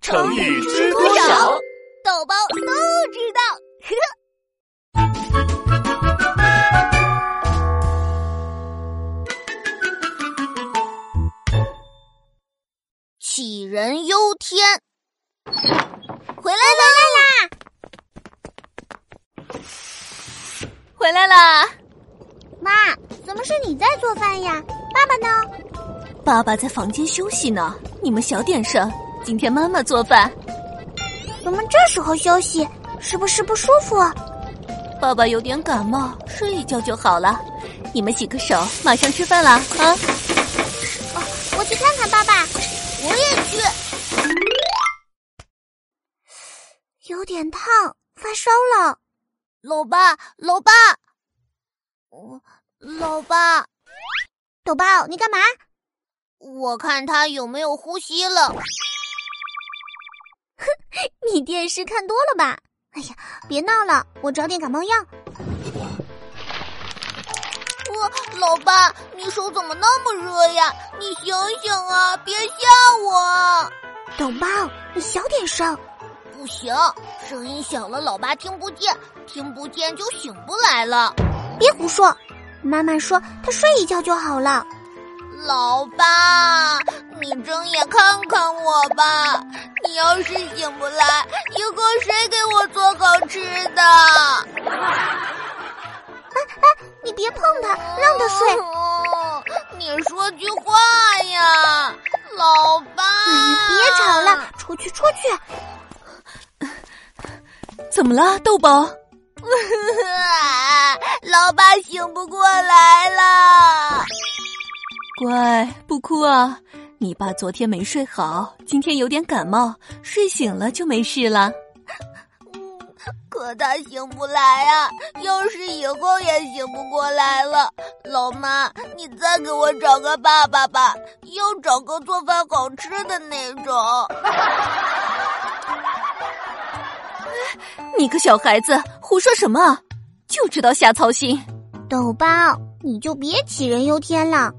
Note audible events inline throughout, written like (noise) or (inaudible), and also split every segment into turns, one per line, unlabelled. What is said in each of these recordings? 成语知多少？
豆包都知道。呵呵杞人忧天。回来啦！
回来啦！
妈，怎么是你在做饭呀？爸爸呢？
爸爸在房间休息呢，你们小点声。今天妈妈做饭，
怎么这时候休息？是不是不舒服？
爸爸有点感冒，睡一觉就好了。你们洗个手，马上吃饭啦啊！
我去看看爸爸。我也去。有点烫，发烧了。老爸，老爸，我老爸，豆包，你干嘛？我看他有没有呼吸了。哼，你电视看多了吧？哎呀，别闹了，我找点感冒药。我老爸，你手怎么那么热呀？你醒醒啊，别吓我！豆包，你小点声。不行，声音小了，老爸听不见，听不见就醒不来了。别胡说，妈妈说他睡一觉就好了。老爸，你睁眼看看我吧，你要是醒不来，以后谁给我做好吃的？你别碰他，让他睡。哦你说句话呀，老爸！哎呀，别吵了，出去出去！
怎么了，豆包？
(laughs) 老爸醒不过来了。
乖，不哭啊！你爸昨天没睡好，今天有点感冒，睡醒了就没事了。
嗯可他醒不来啊！要是以后也醒不过来了，老妈，你再给我找个爸爸吧，要找个做饭好吃的那种。
你个小孩子，胡说什么啊？就知道瞎操心。
豆包，你就别杞人忧天了。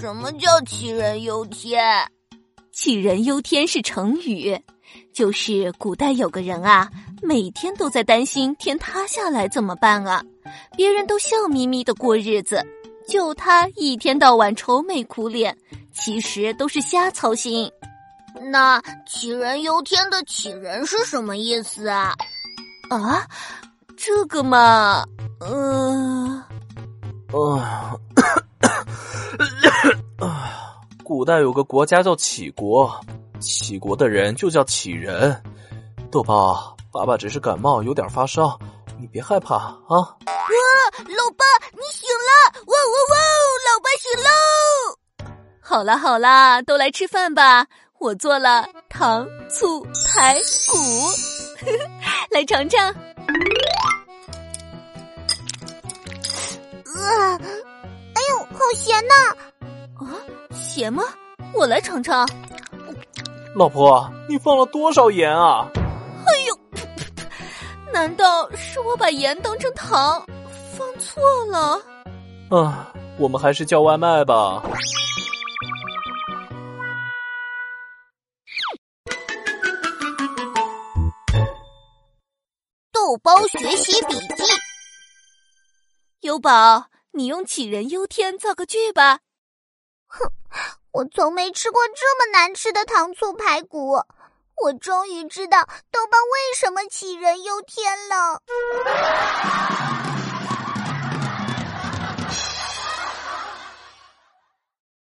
什么叫杞人忧天？
杞人忧天是成语，就是古代有个人啊，每天都在担心天塌下来怎么办啊，别人都笑眯眯的过日子，就他一天到晚愁眉苦脸，其实都是瞎操心。
那杞人忧天的杞人是什么意思啊？
啊，这个嘛，呃，
啊、啊 (coughs) 古代有个国家叫杞国，杞国的人就叫杞人。豆包，爸爸只是感冒，有点发烧，你别害怕啊。
老爸，你醒了！哇哇哇！老爸醒喽！
好啦好啦，都来吃饭吧，我做了糖醋排骨， (laughs) 来尝尝。啊
呃，哎呦，好咸呐！
咸吗？我来尝尝。
老婆，你放了多少盐啊？
难道是我把盐当成糖放错了？
啊，我们还是叫外卖吧。
豆包学习笔记，
有宝，你用杞人忧天造个句吧。
我从没吃过这么难吃的糖醋排骨。我终于知道豆包为什么杞人忧天了。